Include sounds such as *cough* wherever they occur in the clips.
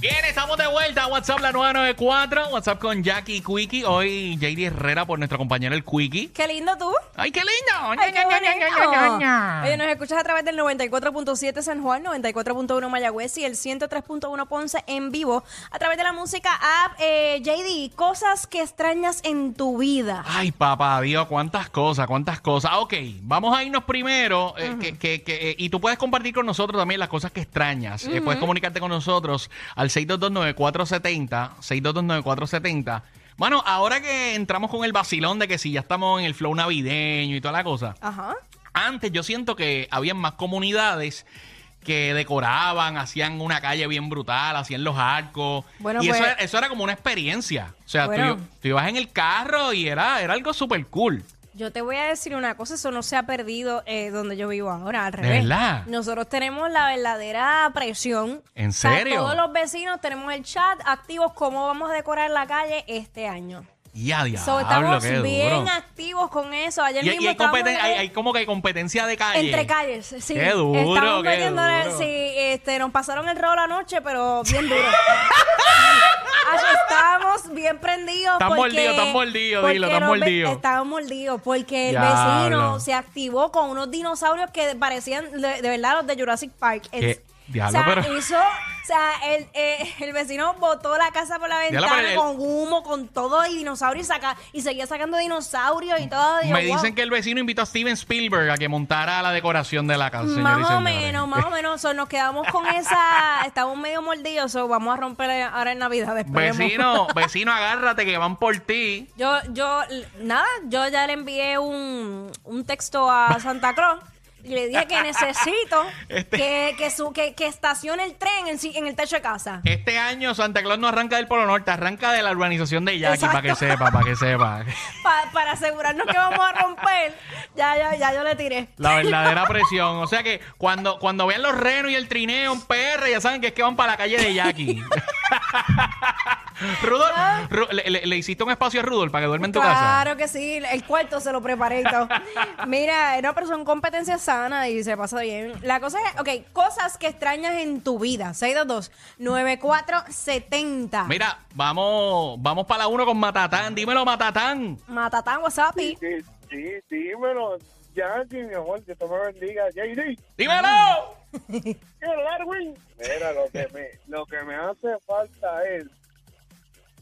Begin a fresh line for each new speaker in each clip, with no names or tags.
Bien, estamos de vuelta. WhatsApp la 994. WhatsApp con Jackie Quickie. Hoy JD Herrera por nuestro compañero el Quickie.
Qué lindo tú.
¡Ay, qué lindo!
Ay, qué bonito. Oye, nos escuchas a través del 94.7 San Juan, 94.1 Mayagüez y el 103.1 Ponce en vivo a través de la música app. Eh, JD, cosas que extrañas en tu vida.
Ay, papá Dios, cuántas cosas, cuántas cosas. Ah, ok, vamos a irnos primero. eh, que, que- que, eh, y tú puedes compartir con nosotros también las cosas que extrañas. Eh, puedes comunicarte con nosotros al 6229470. 6229470. Bueno, ahora que entramos con el vacilón de que si ya estamos en el flow navideño y toda la cosa.
Ajá.
Antes yo siento que habían más comunidades que decoraban, hacían una calle bien brutal, hacían los arcos.
Bueno,
y
pues-
eso, era- eso era como una experiencia. O sea, tú
Bueno.
i- tú, ibas en el carro y era, era algo súper cool.
Yo te voy a decir una cosa, eso no se ha perdido eh, donde yo vivo ahora, al
¿De
revés.
verdad?
Nosotros tenemos la verdadera presión.
¿En
O sea,
serio?
todos los vecinos tenemos el chat activos, cómo vamos a decorar la calle este año.
Y a diablo,
So, estamos
qué
bien
duro.
activos con eso. Ayer
Y, y
mismo
hay,
estábamos
competen-
en-
hay- hay como que hay competencia de calle.
entre calles, sí.
Qué duro,
Estamos
qué
metiéndole-
duro.
sí, este, nos pasaron el rol anoche, pero
*laughs*
bien duro. Ay, Estábamos bien prendidos.
Están
porque-
mordidos, están mordidos,
porque
dilo, están
nos ve-
mordidos.
Estaban mordidos porque el
Diablo.
vecino se activó con unos dinosaurios que parecían de, de verdad los de Jurassic Park.
¿Qué? Diablo,
o sea,
pero-
hizo- o sea, el, eh, el vecino botó la casa por la
Diablo,
ventana
pero el-
con humo, con todo y dinosaurios y, saca, y seguía sacando dinosaurios y todo. y yo,
Me
wow.
dicen que el vecino invitó a Steven Spielberg a que montara la decoración de la casa. señores y
Más o
señores.
menos, más o menos. So, nos quedamos
*laughs*
con esa. Estamos medio mordidos. so, vamos a romper ahora en Navidad. esperemos.
Vecino, vecino, agárrate que van por ti.
Yo, yo, l- nada, yo ya le envié un, un texto a Santa Claus y le dije que necesito
*laughs* Este-
que, que, su, que, que estacione el tren en, si- en el techo de casa.
Este año Santa Claus no arranca del Polo Norte, arranca de la urbanización de Jackie,
Exacto.
para que sepa, para que
*laughs*
sepa.
Pa- para asegurarnos que vamos a romper. Ya, ya, ya yo le tiré.
La verdadera presión. O sea que cuando, cuando vean los renos y el trineo en PR, ya saben que es que van para la calle de *laughs* Jackie. Rudolf, Ru- le, le- le hiciste un espacio a Rudolf para que duerma en tu casa.
Ah. Claro que sí, el cuarto se lo preparé
*laughs*
y todo. Mira, no, pero son competencias sanas y se pasa bien. La cosa es, ok, cosas que extrañas en tu vida. 622-9470.
Mira, vamos, vamos para la uno con Matatán. Dímelo, Matatán.
Matatán Wasapi.
Sí, sí, dímelo. Yankee, mi amor, que tú me bendiga. JD,
Ah.
Dímelo.
¿qué Darwin? Mira, lo que me, lo que me hace falta es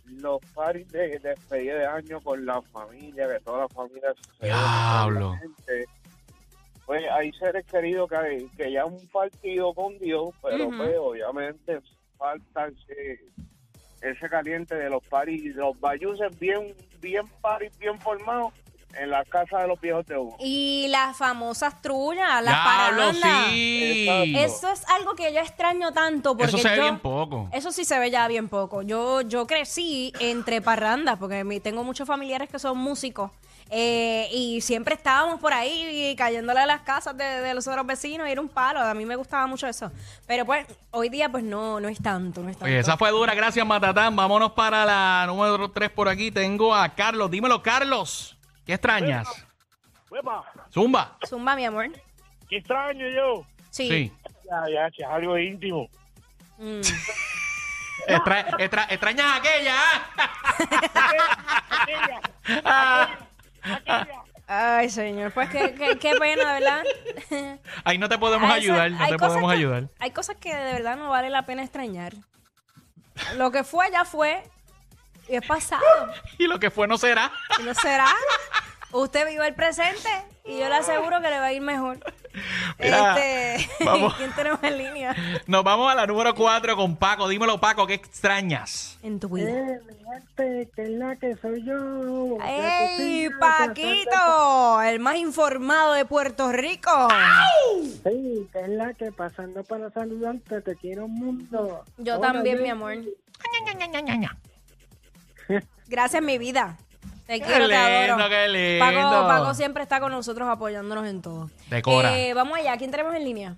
los paris de de despedida de año con la familia, que toda la familia se reúne con la
Diablo.
gente. Pues hay seres queridos que, que ya un partido con Dios, pero
Ujú.
pues, obviamente falta ese, ese caliente de los paris, los bayuses bien, bien paris, bien formados en la casa de los viejos de uno.
Y las famosas trullas, las
Diablo,
parandas.
sí.
Exacto.
Eso es algo que yo extraño tanto porque
Eso se ve
yo-
bien poco.
Eso sí se ve ya bien poco. Yo, yo crecí entre parrandas, porque mi- tengo muchos familiares que son músicos. eh, y siempre estábamos por ahí cayéndole a las casas de, de los otros vecinos y era un palo. A mí me gustaba mucho eso. Pero pues, hoy día, pues no, no es tanto, no es tanto.
Oye, esa fue dura, gracias Matatán. Vámonos para la número 3 por aquí. Tengo a Carlos. Dímelo, Carlos. ¿Qué extrañas?
¡Uepa!
Zumba.
Zumba, mi amor.
¡Qué extraño yo!
Sí.
Ya, ya, que es algo íntimo.
Mm.
Extra- extra- extrañas a aquella. ah?
Ay, señor, pues qué, qué, qué pena, ¿verdad?
*laughs* Ahí no te podemos
Hay
ayudar,
esa-
no
hay
te
cosas
podemos
que-
ayudar. *laughs*
Hay cosas que de verdad no vale la pena extrañar. Lo que fue ya fue y es pasado.
Y lo que fue no será.
Y No será. Usted viva el presente y yo le aseguro que le va a ir mejor.
Mira,
este,
*laughs*
*laughs*
vamos.
¿Quién tenemos en línea?
Nos vamos a la número 4 con Paco. Dímelo, Paco, ¿qué extrañas?
En tu vida.
Eh, mi gente, que es la que soy yo.
¡Ey,
La que sí,
Paquito! El más informado de Puerto Rico.
la que- Sí, que es la que pasando para saludarte, te quiero un mundo.
Yo
Hola,
también,
yo-
mi amor. Gracias, mi vida. Te
Qué
quiero, te
lindo,
adoro.
qué lindo.
Paco, Paco siempre está con nosotros apoyándonos en todo.
Decora.
Eh, vamos allá, ¿quién tenemos en línea?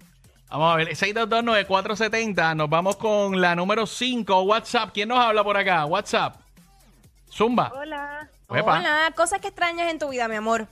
Vamos a ver, 6229470. Nos vamos con la número 5, WhatsApp. ¿Quién nos habla por acá? WhatsApp. Zumba.
Hola,
Uepa.
Hola, cosas que extrañas en tu vida, mi amor.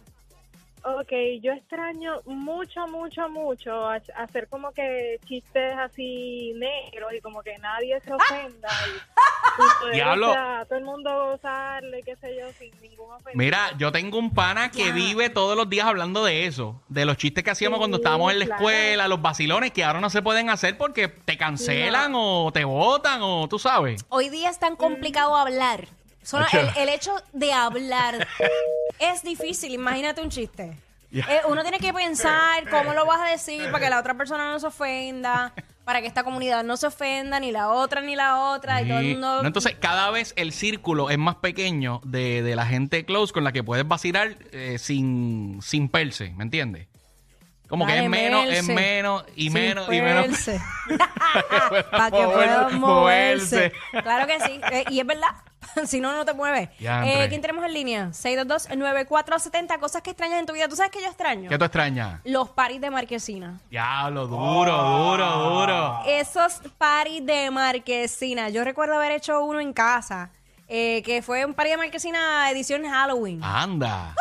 Ok, yo extraño mucho, mucho, mucho a- hacer como que chistes así negros y como que nadie se ofenda.
*laughs*
Y, y poder,
Diablo.
o sea, todo el mundo gozarle, qué sé yo, sin ningún ofensa.
Mira, yo tengo un pana que vive todos los días hablando de eso, de los chistes que hacíamos cuando estábamos en la
claro.
escuela, los vacilones que ahora no se pueden hacer porque te cancelan o te votan o tú sabes.
Hoy día es tan complicado hablar. Solo
Ocho.
el, el hecho
*laughs*
de hablar es difícil. Imagínate un chiste.
Ya.
Eh, uno tiene que pensar cómo lo vas a decir para que la otra persona no se ofenda, para que esta comunidad no se ofenda, ni la otra ni la otra, y todo el
Sí.
mundo.
No, entonces, cada vez el círculo es más pequeño de, de la gente close con la que puedes vacilar eh, sin, sin perse, ¿me entiendes? Como que
Dale,
es menos, es
merse.
menos y
Sin
menos y menos.
perse.
*laughs*
para que
Mover-
puedas moverse.
moverse.
Claro que sí. Eh, y es verdad. *laughs* si no, no te mueves.
Diantre.
Eh, ¿Quién tenemos en línea? 622-9470. Cosas que extrañas en tu vida. ¿Tú sabes que yo
*laughs*
extraño?
¿Qué tú extrañas?
Los paris de Marquesina.
Diablo, duro, duro, duro.
Esos paris de Marquesina. Yo recuerdo haber hecho uno en casa. eh, que fue un pari de Marquesina edición Halloween.
Ah. Anda.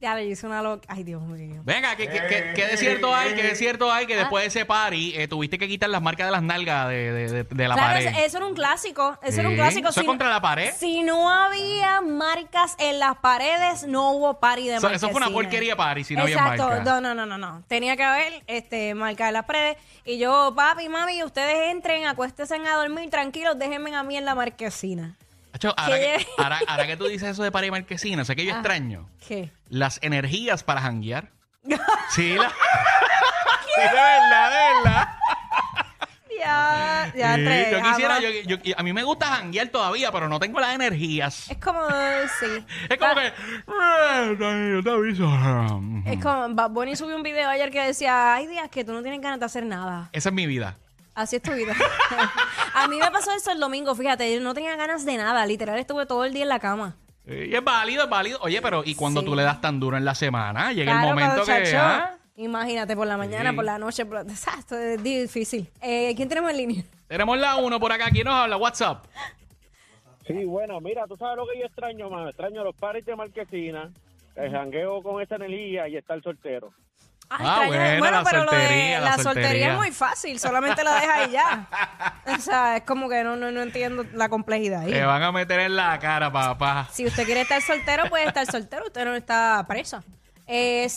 Ya le hice una loca. Ay, Dios mío.
Venga, ¿qué, qué, qué, qué desierto hay? ¿Qué desierto hay que después de ese party eh, tuviste que quitar las marcas de las nalgas de, de- de- de la
Claro,
pared?
eso- eso era un clásico. Eso era un
Sí.
clásico.
Eso es
Si-
contra la pared.
Si no había marcas en las paredes, no hubo pari de
Eso-
Marquesina.
eso fue una porquería party si no había
Exacto.
marcas.
No, no, no, no, no. Tenía que haber este, marcas en las paredes. Y yo, papi, mami, ustedes entren, acuéstense a dormir tranquilos, déjenme a mí en la Marquesina.
Acho, ahora,
¿Qué?
que, ahora- ahora que tú dices eso de pared marquesina, sé que
*laughs* Ah.
yo extraño
¿Qué?
las energías para janguear. *laughs* sí, la... *laughs* sí, de verdad, de verdad.
Ya, ya ah,
Sí,
entre,
yo quisiera,
jamás.
yo, yo- a mí me gusta janguear todavía, pero no tengo las energías.
Es como, eh, sí.
*laughs*
Ah,
Es como
Va-
que... Yo te aviso.
Es como, Bad Bunny subió un video ayer que decía, hay días que tú no tienes ganas de hacer nada.
Esa es mi vida.
Así es tu vida. *laughs* a mí me pasó eso el domingo, fíjate, yo no tenía ganas de nada, literal estuve todo el día en la cama.
Eh, Y es válido, es válido. Oye, pero ¿y cuando
Sí.
tú le das tan duro en la semana? Llega
Claro,
el momento
cuando,
que...
chacho,
ah,
Imagínate, por la mañana,
Sí.
por la noche, por la... Ah, esto es difícil. Eh, ¿Quién tenemos en línea?
Tenemos la uno por acá. ¿Quién nos habla? WhatsApp.
Sí, bueno, mira, tú sabes lo que yo extraño, mano. Extraño los pares de marquesina, el jangueo con esa energía y estar soltero.
Ah, bueno, la soltería, la
la soltería
soltería.
es muy fácil, solamente la dejas y ya.
*laughs*
O sea, es como que no, no, no entiendo la complejidad ahí.
Te van a meter en la cara, papá.
Si usted quiere estar soltero, puede estar soltero. Usted no está preso. Eh,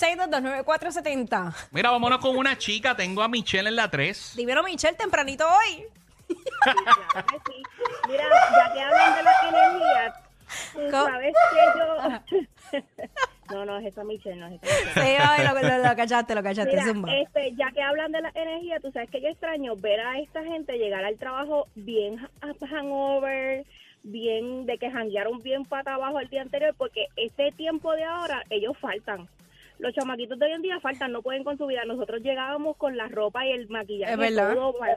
6229470.
Mira, vámonos con una chica. Tengo a Michelle en la 3.
Dímelo, Michelle, tempranito hoy.
Claro que sí. Mira, ya que hablan de las energías, tú
¿Cómo?
sabes que yo... *laughs* no, no, es esa Michelle, no es esa Michelle.
Sí, ay, lo, lo- lo cachaste, lo cachaste,
Mira,
zumba.
este, ya que hablan de la energía, tú sabes que yo extraño ver a esta gente llegar al trabajo bien ha- hangover, bien de que janguearon bien pata abajo el día anterior, porque este tiempo de ahora ellos faltan. Los chamaquitos de hoy en día faltan, no pueden con su vida. Nosotros llegábamos con la ropa y el maquillaje.
Es verdad.
todo mal.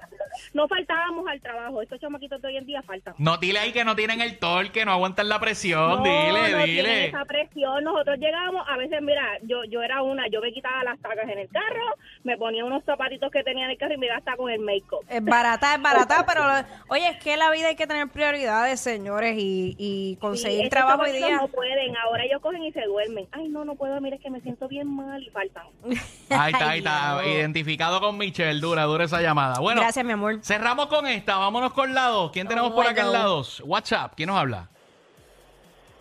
No faltábamos al trabajo. Estos chamaquitos de hoy en día faltan.
No, dile ahí que no tienen el torque, no aguantan la presión.
No,
dile,
no tienen
dile.
esa presión. Nosotros llegábamos, a veces, mira, yo yo era una, yo me quitaba las tacas en el carro, me ponía unos zapatitos que tenía en el carro y me iba hasta con el make-up.
Es barata, es barata, pero lo- oye, es que la vida hay que tener prioridades, señores, y, y
Sí,
conseguir
estos
trabajo hoy
chamaquitos
día.
No pueden, ahora ellos cogen y se duermen. Ay, no, no puedo, mira, es que me siento bien mal y faltan.
Ahí está, ahí
Ay,
está.
Dios.
Identificado con Michelle. Dura, dura esa llamada. Bueno,
Gracias, mi amor.
cerramos con esta. Vámonos con la 2. ¿Quién tenemos
Oh
por
my
acá en
God.
la 2? WhatsApp. ¿Quién nos habla?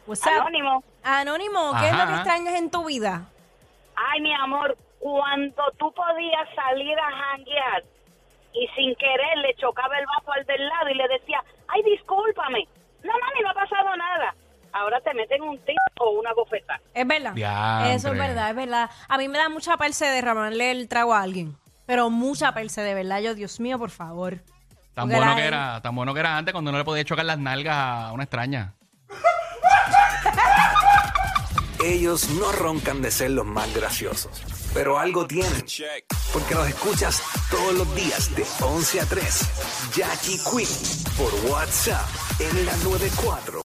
What's up?
Anónimo.
Anónimo, ¿qué es lo
Ajá.
que extrañas en tu vida?
Ay, mi amor, cuando tú podías salir a janguear y sin querer le chocaba el vaso al del lado y le decía, ay, discúlpame. No, mami, no ha pasado nada. Ahora te meten un tiro o una bofeta.
Es verdad.
Diantre.
Eso es verdad, es verdad. A mí me da mucha perse derramarle el trago a alguien. Pero mucha perse, de verdad. Yo, Dios mío, por favor.
Tan
Porque
bueno
la
que
gente-
era, tan bueno que era antes cuando no le podía chocar las nalgas a una extraña.
Ellos no roncan de ser los más graciosos, pero algo tienen. Porque los escuchas todos los días de 11 a 3. Jackie Quinn por WhatsApp en la 94.